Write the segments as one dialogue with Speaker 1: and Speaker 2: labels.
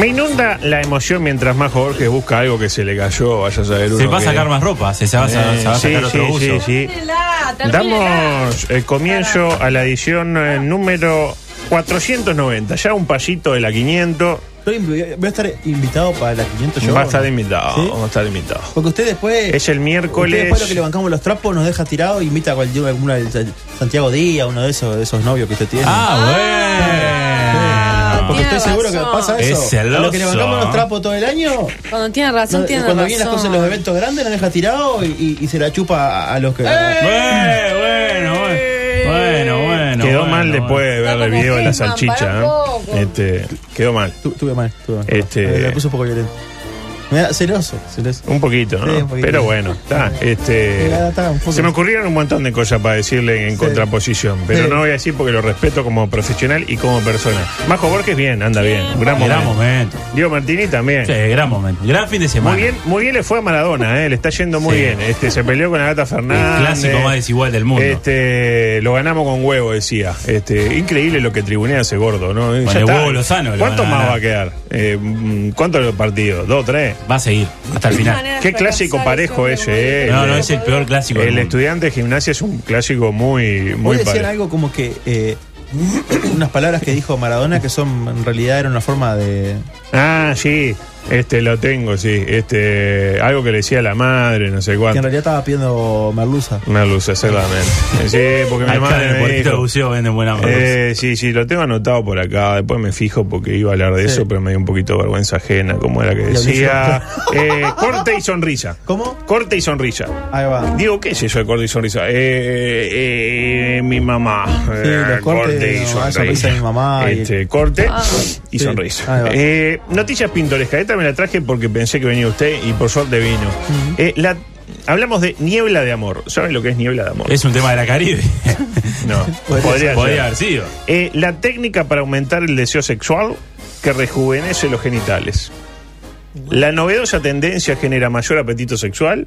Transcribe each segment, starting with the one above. Speaker 1: Me inunda la emoción mientras más Jorge busca algo que se le cayó, vaya a saber uno
Speaker 2: Se va a
Speaker 1: que- Eh,
Speaker 2: sacar más ropa, se, se va, a- se va a
Speaker 1: Sí,
Speaker 2: sacar
Speaker 1: sí,
Speaker 2: otro
Speaker 1: sí,
Speaker 2: uso.
Speaker 1: sí. Damos el comienzo a la edición eh, número 490, ya un pasito de la 500.
Speaker 3: Estoy invi- voy a estar invitado para la 500 yo.
Speaker 1: va a estar
Speaker 3: ¿no?
Speaker 1: invitado,
Speaker 3: ¿Sí?
Speaker 1: va a estar invitado.
Speaker 3: Porque usted después.
Speaker 1: Es el miércoles.
Speaker 3: usted después de lo que le bancamos los trapos nos deja tirado y invita a cualquier alguna del Sa- Santiago Díaz, uno de esos, de esos novios que usted tiene. Eh,
Speaker 2: Ah, bueno.
Speaker 3: Porque estoy
Speaker 4: Ah, tiene
Speaker 3: seguro que
Speaker 4: razón.
Speaker 3: pasa
Speaker 2: Es
Speaker 3: eso. A lo que le
Speaker 2: celoso.
Speaker 3: bancamos los trapos todo el año.
Speaker 4: Cuando tiene razón,
Speaker 3: no-
Speaker 4: tiene
Speaker 3: cuando
Speaker 4: razón.
Speaker 3: vienen las cosas en los eventos grandes nos deja tirado y, y- y se la chupa a, a los
Speaker 4: ¡Eh!
Speaker 3: que.
Speaker 2: Bueno, bueno, bueno. Bueno, bueno.
Speaker 1: quedó
Speaker 2: bueno,
Speaker 1: mal
Speaker 2: bueno.
Speaker 1: después de
Speaker 4: Está
Speaker 1: ver el
Speaker 4: como
Speaker 1: video de la
Speaker 4: Friedman,
Speaker 1: salchicha.
Speaker 4: para
Speaker 1: ¿eh?
Speaker 4: un poco.
Speaker 1: Este, quedó mal.
Speaker 3: Tu- tuve mal, tuve mal.
Speaker 1: Este-
Speaker 3: Me, me puso un poco violento. Me da celoso, celoso.
Speaker 1: Un poquito, ¿no?
Speaker 3: Sí, un poquito.
Speaker 1: Pero bueno, está. Este,
Speaker 3: Ya, está, un poco.
Speaker 1: se me ocurrieron un montón de cosas para decirle en contraposición, pero
Speaker 3: Sí.
Speaker 1: no voy a decir porque lo respeto como profesional y como persona. Majo Borges, bien, anda bien. Un gran momento.
Speaker 2: Gran momento.
Speaker 1: Diego Martini también.
Speaker 2: Sí, gran momento. Gran fin de semana.
Speaker 1: Muy bien, muy bien le fue a Maradona, ¿eh? le está yendo muy
Speaker 2: Sí.
Speaker 1: bien. Este, se peleó con Agata Fernández.
Speaker 2: El clásico más desigual del mundo.
Speaker 1: Este, lo ganamos con huevo, decía. Este, increíble lo que tribunea ese gordo, ¿no? Eh,
Speaker 2: Con
Speaker 1: ya
Speaker 2: el
Speaker 1: está.
Speaker 2: huevo Lozano lo
Speaker 1: ¿Cuánto
Speaker 2: van a
Speaker 1: más va
Speaker 2: ganar.
Speaker 1: a quedar? Eh, mm, ¿Cuántos partidos? ¿Dos, tres?
Speaker 2: Va a seguir hasta el final.
Speaker 4: manera
Speaker 1: Qué
Speaker 4: de fracasar
Speaker 1: clásico
Speaker 4: es
Speaker 1: parejo
Speaker 4: un
Speaker 1: ese, eh.
Speaker 4: orgullo.
Speaker 2: No, no, es el peor clásico. del
Speaker 1: El
Speaker 2: mundo.
Speaker 1: estudiante de gimnasia es un clásico muy,
Speaker 3: Voy
Speaker 1: muy
Speaker 3: a decir
Speaker 1: parejo.
Speaker 3: algo como que. eh, unas palabras que dijo Maradona que son en realidad era una forma de,
Speaker 1: Ah, sí. Este lo tengo, sí. Este, algo que le decía la madre, no sé
Speaker 3: Que en
Speaker 1: cuánto.
Speaker 3: realidad estaba pidiendo merluza.
Speaker 1: Una luz, exactamente. Sí, porque mi
Speaker 2: Acá
Speaker 1: madre
Speaker 2: en el
Speaker 1: me
Speaker 2: puertito de
Speaker 1: dijo.
Speaker 2: buceo venden buena merluza.
Speaker 1: Eh, sí, sí, lo tengo anotado por acá. Después me fijo porque iba a hablar de
Speaker 3: Sí.
Speaker 1: eso, pero me dio un poquito de vergüenza ajena, como era que
Speaker 3: Y hablé
Speaker 1: decía. Eh, corte y sonrisa.
Speaker 3: ¿Cómo?
Speaker 1: Corte y sonrisa.
Speaker 3: Ahí va.
Speaker 1: Digo, ¿qué es eso de corte y sonrisa? Eh, eh, mi mamá.
Speaker 3: Sí,
Speaker 1: Eh,
Speaker 3: los cortes, no, ah, sonrisa de mi mamá y-
Speaker 1: Este, corte y
Speaker 3: Sí, ahí
Speaker 1: sonrisa.
Speaker 3: va.
Speaker 1: Eh, noticias pintorescas. Esta me la traje porque pensé que venía usted y por suerte vino. Eh, la- hablamos de niebla de amor. ¿Saben lo que es niebla de amor?
Speaker 2: Es un tema de la Caribe.
Speaker 1: No,
Speaker 3: Podría
Speaker 1: podría,
Speaker 2: Podría
Speaker 1: ser.
Speaker 2: haber sido.
Speaker 1: Eh, la técnica para aumentar el deseo sexual que rejuvenece los genitales. La novedosa tendencia genera mayor apetito sexual,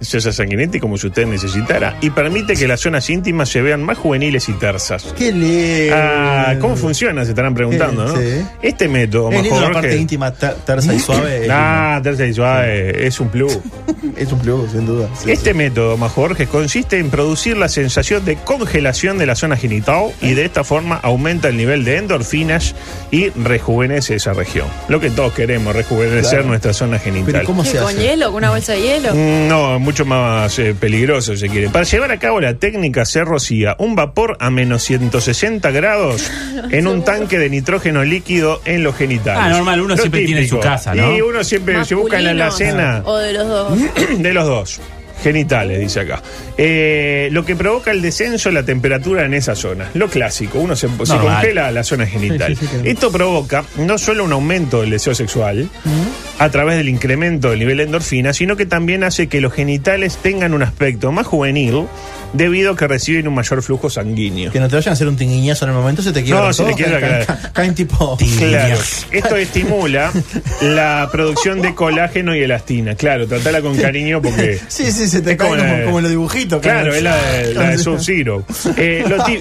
Speaker 1: cesa sanguinete como si usted necesitara, y permite que las zonas íntimas se vean más juveniles y tersas.
Speaker 3: Qué lindo.
Speaker 1: Ah, ¿Cómo funciona? Se estarán preguntando, ¿no?
Speaker 3: Eh, Sí.
Speaker 1: Este método,
Speaker 3: Es
Speaker 1: más
Speaker 3: lindo la
Speaker 1: Jorge-
Speaker 3: parte íntima, ter- tersa y suave. es
Speaker 1: Ah, tersa y suave, es un plus.
Speaker 3: lindo. Es un pliego, sin duda. Sí,
Speaker 1: Este método, más Jorge, consiste en producir la sensación de congelación de la zona genital y de esta forma aumenta el nivel de endorfinas y rejuvenece esa región. Lo que todos queremos, rejuvenecer
Speaker 3: Claro.
Speaker 1: nuestra zona
Speaker 3: sí.
Speaker 1: genital.
Speaker 3: Pero ¿cómo
Speaker 4: ¿Qué,
Speaker 3: se
Speaker 4: ¿Con
Speaker 3: hace?
Speaker 4: hielo? ¿Con una bolsa de hielo?
Speaker 1: Mm, No, mucho más eh, peligroso se quiere. Para llevar a cabo la técnica se rocía un vapor a menos 160 grados en un tanque de nitrógeno líquido en los genitales.
Speaker 2: Ah, normal, uno
Speaker 1: Lo
Speaker 2: siempre tiene en su casa, ¿no?
Speaker 1: Y uno siempre se busca en la alacena.
Speaker 4: Masculinos O de los dos.
Speaker 1: De los dos. Genitales, dice acá. Eh, lo que provoca el descenso de la temperatura en esa zona. Lo clásico, uno se, se
Speaker 2: Normal.
Speaker 1: congela la zona genital.
Speaker 3: Sí, sí, sí, claro.
Speaker 1: Esto provoca no solo un aumento del deseo sexual a través del incremento del nivel de endorfina, sino que también hace que los genitales tengan un aspecto más juvenil debido a que reciben un mayor flujo sanguíneo.
Speaker 3: Que no te vayan a hacer un tinguiñazo en el momento, se te quiebra.
Speaker 1: No, se te quiebra, claro.
Speaker 3: Caen tipo.
Speaker 1: Claro, esto estimula la producción de colágeno y elastina. Claro, tratala con cariño porque
Speaker 3: Sí, sí, se te
Speaker 1: Es como
Speaker 3: caen como,
Speaker 1: la-
Speaker 3: como en los dibujitos.
Speaker 1: Claro, es la de, la de Sub-Zero. Eh, lo, ti-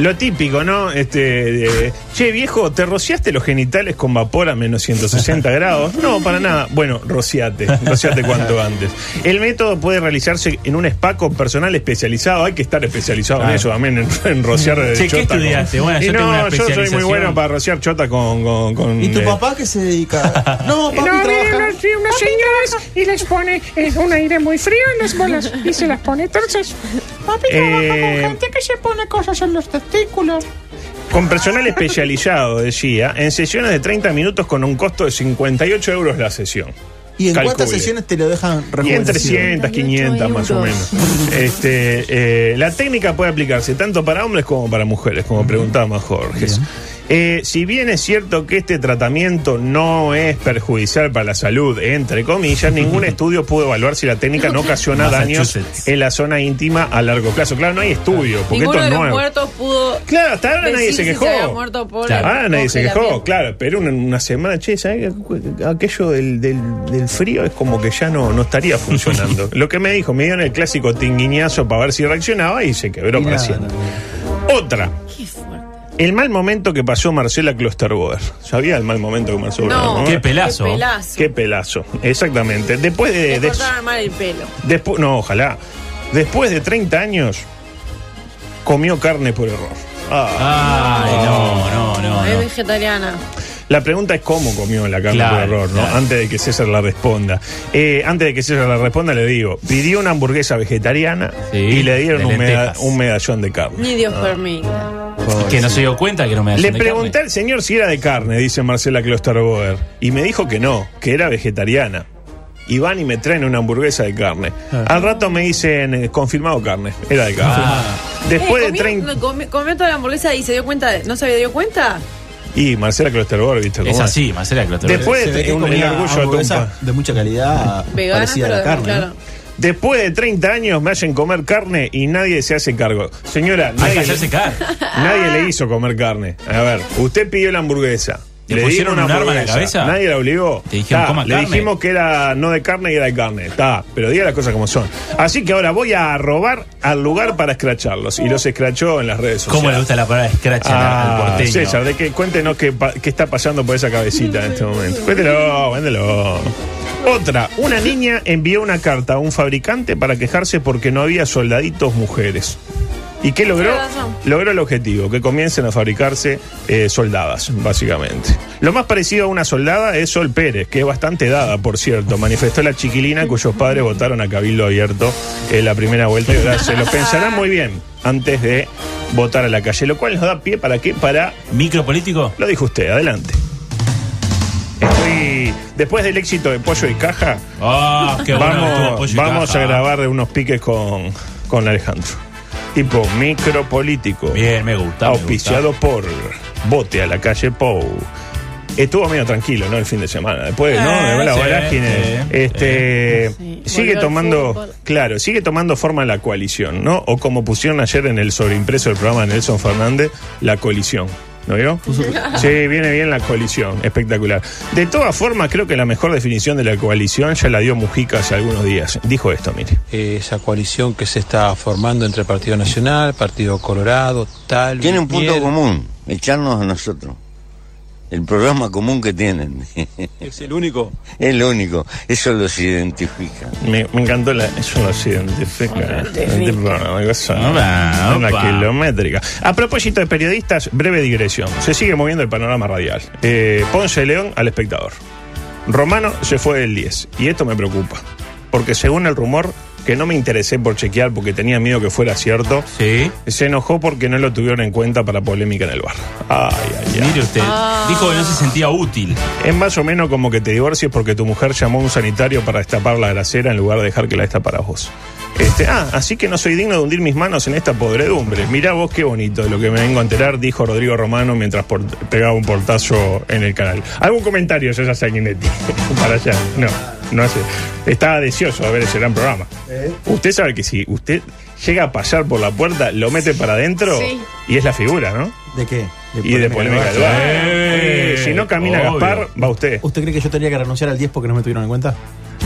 Speaker 1: lo típico, ¿no? Este, eh, che, viejo, ¿te rociaste los genitales con vapor a menos 160 grados? No, para nada. Bueno, rociate, rociate cuanto antes. El método puede realizarse en un spa con personal especializado. Hay que estar especializado en
Speaker 2: Claro.
Speaker 1: eso también, en, en rociar de
Speaker 2: Che, ¿qué
Speaker 1: chota con-
Speaker 2: estudiaste? Bueno,
Speaker 1: Y
Speaker 2: yo
Speaker 1: no,
Speaker 2: tengo
Speaker 1: yo
Speaker 2: una
Speaker 1: soy muy
Speaker 2: especialización.
Speaker 1: bueno para rociar chota con... con- con,
Speaker 3: ¿Y tu
Speaker 1: eh,
Speaker 3: papá qué se dedica?
Speaker 5: No,
Speaker 3: No, papi
Speaker 5: vienen
Speaker 3: trabaja.
Speaker 5: unas, unas señoras y les pone eh, un aire muy frío en las bolas y se las pone entonces. Papi trabaja
Speaker 1: Eh.
Speaker 5: con gente que se pone cosas en los testículos.
Speaker 1: Con personal especializado, decía, en sesiones de 30 minutos con un costo de 58 euros la sesión.
Speaker 3: ¿Y en cuántas
Speaker 1: Calcule.
Speaker 3: sesiones te lo dejan
Speaker 1: Y en
Speaker 3: rejuvenecido?
Speaker 1: 300, 500 más o
Speaker 4: 58
Speaker 1: menos. Este, eh, la técnica puede aplicarse tanto para hombres como para mujeres, como preguntaba Jorge. Eh, si bien es cierto que este tratamiento no es perjudicial para la salud, entre comillas, ningún estudio pudo evaluar si la técnica no ocasiona daños
Speaker 2: Massachusetts.
Speaker 1: en la zona íntima a largo plazo. Claro, no hay estudio, porque
Speaker 4: Ninguno
Speaker 1: esto
Speaker 4: de
Speaker 1: es
Speaker 4: los
Speaker 1: nuevo.
Speaker 4: muertos pudo.
Speaker 1: Claro, hasta ahora
Speaker 4: decir
Speaker 1: nadie se
Speaker 4: si
Speaker 1: quejó.
Speaker 4: había muerto por
Speaker 2: Claro.
Speaker 1: Ah, nadie se
Speaker 4: la
Speaker 1: quejó,
Speaker 4: piel.
Speaker 1: claro, pero una, una semana, che, ¿sabes? qué? Aquello del, del- del frío es como que ya no, no estaría funcionando. Lo que me dijo, me dieron el clásico tinguiñazo para ver si reaccionaba y se quebró
Speaker 3: Y
Speaker 1: para
Speaker 3: nada,
Speaker 1: siempre.
Speaker 3: no,
Speaker 1: Otra,
Speaker 4: Qué fuerte.
Speaker 1: el mal momento que pasó Marcela Klosterboer. ¿Sabía el mal momento que pasó?
Speaker 4: No.
Speaker 2: Qué pelazo.
Speaker 4: Qué pelazo.
Speaker 1: Qué pelazo, exactamente. Después de...
Speaker 4: Le
Speaker 1: de-
Speaker 4: cortaron mal el pelo.
Speaker 1: despu- no, ojalá. Después de 30 años, comió carne por error. Ah.
Speaker 2: Ay, no, no, no.
Speaker 4: es
Speaker 2: no.
Speaker 4: vegetariana.
Speaker 1: La pregunta es cómo comió la carne
Speaker 2: Claro,
Speaker 1: por error, ¿no?
Speaker 2: claro.
Speaker 1: Antes de que César la responda. Eh, antes de que César la responda, le digo, pidió una hamburguesa vegetariana
Speaker 2: Sí,
Speaker 1: y le dieron
Speaker 2: de
Speaker 1: un, meda-
Speaker 2: lentejas.
Speaker 1: un medallón de carne.
Speaker 4: Ni Dios permita.
Speaker 2: Que no se dio cuenta que no me hacen
Speaker 1: Le
Speaker 2: de
Speaker 1: pregunté
Speaker 2: carne.
Speaker 1: al señor si era de carne, dice Marcela Klosterboer, y me dijo que no, que era vegetariana. Y van y me traen una hamburguesa de carne. Al rato me dicen, eh, confirmado carne, era de carne.
Speaker 2: Ah.
Speaker 1: Después
Speaker 4: Eh,
Speaker 1: de
Speaker 4: comió-
Speaker 1: 30...
Speaker 4: no, comió, comió toda la hamburguesa y se dio cuenta. de- ¿No se había dio cuenta?
Speaker 1: Y Marcela Klosterboer, viste cómo
Speaker 2: Es así, Marcela Clotel.
Speaker 1: Después-
Speaker 3: Se ve que
Speaker 1: un- el
Speaker 3: comía
Speaker 1: orgullo de
Speaker 3: hamburguesas
Speaker 1: Tumpa.
Speaker 3: de mucha calidad,
Speaker 4: Vegana,
Speaker 3: parecida a
Speaker 4: pero
Speaker 3: la carne. ¿no?
Speaker 4: claro.
Speaker 1: Después de 30 años me hacen comer carne y nadie se hace cargo. Señora,
Speaker 2: Hay que
Speaker 1: nadie,
Speaker 2: hacerse car.
Speaker 1: nadie le hizo comer carne. A ver, usted pidió la hamburguesa.
Speaker 2: ¿Le
Speaker 1: dieron
Speaker 2: pusieron un arma en la
Speaker 1: hamburguesa.
Speaker 2: cabeza?
Speaker 1: Nadie la obligó.
Speaker 2: Te dijeron,
Speaker 1: Ta,
Speaker 2: coma
Speaker 1: le
Speaker 2: carne.
Speaker 1: dijimos que era no de carne y era de carne. Está, pero diga las cosas como son. Así que ahora voy a robar al lugar para escracharlos. Y los escrachó en las redes sociales.
Speaker 2: ¿Cómo le gusta la palabra scratch
Speaker 1: Ah,
Speaker 2: al porteño?
Speaker 1: César, de que, cuéntenos qué, pa- qué está pasando por esa cabecita en este momento. Cuéntelo, cuéntelo. Otra, una niña envió una carta a un fabricante para quejarse porque no había soldaditos mujeres. ¿Y qué logró?
Speaker 4: Tiene razón.
Speaker 1: Logró el objetivo, que comiencen a fabricarse eh, soldadas, básicamente. Lo más parecido a una soldada es Sol Pérez, que es bastante dada, por cierto. Manifestó la chiquilina cuyos padres votaron a Cabildo Abierto en la primera vuelta y ahora se lo pensarán muy bien antes de votar a la calle. Lo cual nos da pie para qué? Para
Speaker 2: ¿Micropolítico?
Speaker 1: lo dijo usted, adelante. Estoy. Después del éxito de Pollo y Caja,
Speaker 2: Ah, qué bueno que estuvo
Speaker 1: vamos,
Speaker 2: Pollo y
Speaker 1: vamos
Speaker 2: Caja.
Speaker 1: a grabar de unos piques con, con Alejandro. Tipo micropolítico.
Speaker 2: Bien, me gusta. me
Speaker 1: auspiciado por Bote a la calle Pou. Estuvo medio tranquilo, ¿no? El fin de semana. Después, ¿no?
Speaker 2: Eh,
Speaker 1: De la
Speaker 2: sí,
Speaker 1: vorágine.
Speaker 2: sí,
Speaker 1: este,
Speaker 4: eh. sí.
Speaker 1: Sigue
Speaker 4: Volvió al
Speaker 1: tomando,
Speaker 4: fútbol.
Speaker 1: claro, sigue tomando forma la coalición, ¿no? O como pusieron ayer en el sobreimpreso del programa de Nelson Fernández, la coalición. ¿No vio? Sí, viene bien la coalición, espectacular. De todas formas, creo que la mejor definición de la coalición ya la dio Mujica hace algunos días. Dijo esto, mire.
Speaker 6: eh, esa coalición que se está formando entre Partido Nacional, Partido Colorado, tal.
Speaker 7: Tiene un punto
Speaker 6: Piel.
Speaker 7: común, echarnos a nosotros. El programa común que tienen.
Speaker 6: Es el único.
Speaker 7: es lo único, eso los identifica.
Speaker 1: Me, me encantó la. Eso no se identifica. Una cosa-
Speaker 2: Opa,
Speaker 1: una
Speaker 2: Ah, opa.
Speaker 1: kilométrica. A propósito de periodistas, breve digresión. Se sigue moviendo el panorama radial. Eh, Ponce de León al espectador. Romano se fue del 10. Y esto me preocupa. Porque según el rumor, que no me interesé por chequear porque tenía miedo que fuera cierto,
Speaker 2: Sí.
Speaker 1: se enojó porque no lo tuvieron en cuenta para polémica en el bar. Ay, ay, ay.
Speaker 2: Mire usted, dijo que no se sentía útil.
Speaker 1: Es más o menos como que te divorcies porque tu mujer llamó a un sanitario para destapar la grasera en lugar de dejar que la destapara vos. Este, ah, así que no soy digno de hundir mis manos en esta podredumbre. Mirá vos qué bonito lo que me vengo a enterar, dijo Rodrigo Romano mientras por- pegaba un portazo en el canal. ¿Algún comentario, César Sanguinetti? para allá. No, no hace. Estaba deseoso de ver ese gran programa. Usted sabe que si usted llega a pasar por la puerta, lo mete para adentro
Speaker 4: Sí.
Speaker 1: y es la figura, ¿no?
Speaker 3: ¿De qué?
Speaker 1: Y de polémica del bar.
Speaker 2: Eh,
Speaker 1: Eh, Si no camina
Speaker 2: obvio.
Speaker 1: Gaspar, va usted.
Speaker 3: ¿Usted cree que yo tendría que renunciar al 10 porque no me tuvieron en cuenta?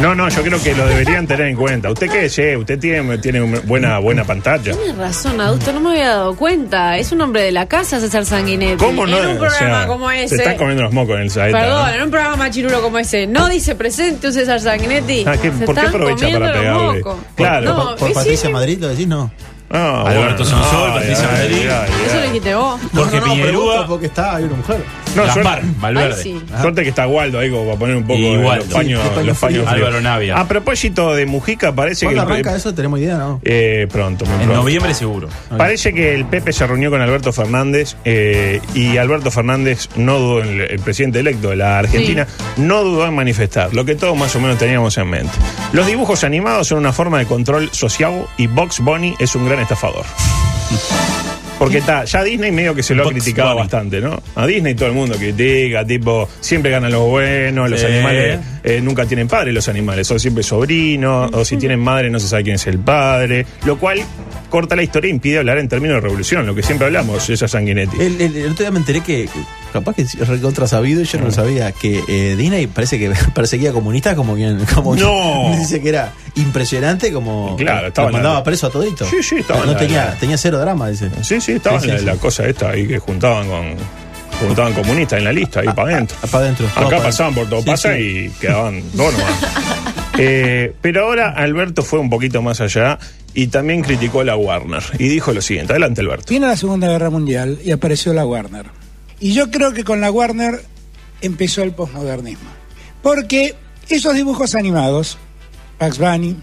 Speaker 1: No, no, yo creo que lo deberían tener en cuenta. ¿Usted qué es? eh? Usted tiene, tiene una buena, buena pantalla.
Speaker 4: Tienes razón, adulto, no me había dado cuenta. Es un hombre de la casa, César Sanguinetti.
Speaker 1: ¿Cómo no?
Speaker 4: En un
Speaker 1: O
Speaker 4: programa
Speaker 1: sea,
Speaker 4: como
Speaker 1: Se
Speaker 4: ese.
Speaker 1: están comiendo los mocos en el saeta.
Speaker 4: Perdón,
Speaker 1: ¿no?
Speaker 4: en un programa machirulo como ese, no dice presente un César Sanguinetti.
Speaker 1: Ah, ¿qué-
Speaker 4: Se
Speaker 1: por qué
Speaker 4: están
Speaker 1: aprovecha
Speaker 4: comiendo
Speaker 1: para
Speaker 4: los
Speaker 1: pegarle?
Speaker 4: mocos.
Speaker 1: Claro.
Speaker 4: No,
Speaker 3: ¿Por, por
Speaker 4: y sí,
Speaker 3: Patricia
Speaker 4: sí.
Speaker 3: Madrid lo decís? No.
Speaker 1: Ah,
Speaker 2: Alberto Sonsol,
Speaker 1: Ay,
Speaker 2: Patricia
Speaker 1: ay,
Speaker 2: Madrid.
Speaker 1: ay, ay.
Speaker 4: Eso lo dijiste vos.
Speaker 2: Jorge
Speaker 3: no, no,
Speaker 2: Piñerúa,
Speaker 3: pregunto porque está, hay una mujer.
Speaker 1: No,
Speaker 2: Gaspar,
Speaker 1: suerte-
Speaker 2: Valverde.
Speaker 4: Ay, sí.
Speaker 1: Suerte que está Waldo ahí como para poner un poco
Speaker 2: Y
Speaker 1: de los
Speaker 2: Waldo.
Speaker 1: paños,
Speaker 3: Sí, los paños
Speaker 1: los paños
Speaker 2: fríos.
Speaker 1: fríos.
Speaker 2: Álvaro Navia.
Speaker 1: A propósito de Mujica, parece que...
Speaker 3: ¿Cuándo
Speaker 1: el-
Speaker 3: arranca eso? Tenemos idea, ¿no?
Speaker 1: Eh, pronto, muy
Speaker 2: En
Speaker 1: pronto.
Speaker 2: noviembre seguro.
Speaker 1: Parece que el Pepe se reunió con Alberto Fernández eh, y Alberto Fernández no dudó, el, el presidente electo de la Argentina, no dudó en manifestar lo que todos más o menos teníamos en mente. Los dibujos animados son una forma de control social y Box Bunny es un gran estafador. Porque está, ya Disney medio que se lo ha
Speaker 6: Bugs
Speaker 1: criticado
Speaker 6: Bunny.
Speaker 1: bastante, ¿no? A Disney todo el mundo critica, tipo, siempre ganan los buenos, los
Speaker 6: Sí.
Speaker 1: animales eh, nunca tienen padre los animales, son siempre sobrinos, o si tienen madre no se sabe quién es el padre, lo cual corta la historia e impide hablar en términos de revolución, lo que siempre hablamos, esa sanguinetti.
Speaker 3: El, el- el otro día me enteré que, que capaz que es recontra sabido, y yo no
Speaker 1: Ah.
Speaker 3: lo sabía, que eh, Disney parece que perseguía comunistas como bien. Como
Speaker 1: No.
Speaker 3: Dice que era impresionante como.
Speaker 1: Y claro,
Speaker 3: los
Speaker 1: estaban
Speaker 3: mandaba
Speaker 1: la-
Speaker 3: preso a todito.
Speaker 1: Sí, sí, estaban
Speaker 3: No
Speaker 1: la-
Speaker 3: tenía,
Speaker 1: la-
Speaker 3: tenía cero drama, dice.
Speaker 1: Sí, sí, estaba
Speaker 3: Sí,
Speaker 1: en
Speaker 3: sí,
Speaker 1: la,
Speaker 3: sí.
Speaker 1: la cosa esta ahí que juntaban con. Juntaban comunistas en la lista, ahí para adentro.
Speaker 3: ah, pa' adentro, todo
Speaker 1: Acá
Speaker 3: pa' adentro.
Speaker 1: pasaban por todo
Speaker 3: Sí,
Speaker 1: pasa
Speaker 3: sí.
Speaker 1: y quedaban dos nomás. Eh, pero ahora Alberto fue un poquito más allá y también criticó a la Warner. Y dijo lo siguiente: Adelante, Alberto.
Speaker 8: Vino la Segunda Guerra Mundial y apareció la Warner. Y yo creo que con la Warner empezó el posmodernismo. Porque esos dibujos animados, Bugs Bunny,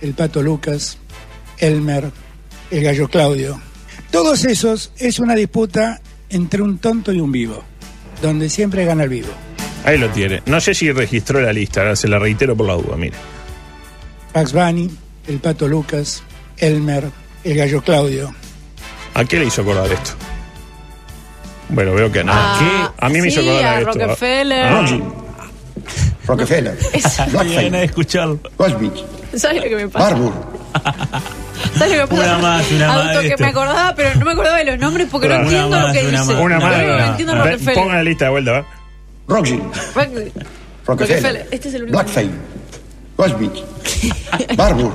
Speaker 8: el Pato Lucas, Elmer, el Gallo Claudio, todos esos es una disputa entre un tonto y un vivo, donde siempre gana el vivo.
Speaker 1: Ahí lo tiene. No sé si registró la lista, ahora se la reitero por la duda, mire.
Speaker 8: Bugs Bunny, el Pato Lucas, Elmer, el Gallo Claudio.
Speaker 1: ¿A qué le hizo acordar esto? Bueno, veo que no.
Speaker 4: Ah,
Speaker 1: A mí me hizo
Speaker 4: sí,
Speaker 1: acordar
Speaker 4: a
Speaker 1: esto.
Speaker 4: Rockefeller.
Speaker 9: Rockefeller,
Speaker 2: Viene a escucharlo.
Speaker 9: Cosby,
Speaker 4: ¿Sabes lo que me pasa?
Speaker 9: Barbour.
Speaker 4: ¿Sabes lo que me pasa?
Speaker 2: Una más, una más,
Speaker 4: Auto que
Speaker 2: esto.
Speaker 4: me acordaba, pero no me acordaba de los nombres porque
Speaker 1: Una
Speaker 4: no entiendo
Speaker 2: más,
Speaker 4: lo que
Speaker 2: una
Speaker 4: dice.
Speaker 2: más.
Speaker 1: Una
Speaker 4: no,
Speaker 1: más.
Speaker 4: No, entiendo
Speaker 1: Ve-
Speaker 4: Rockefeller.
Speaker 1: Ponga la lista de vuelta, ¿va?
Speaker 9: Roxy,
Speaker 4: Rock- Rockefeller.
Speaker 9: Rockefeller,
Speaker 4: Este es el único.
Speaker 9: Blackfein, Cosby, Barbour.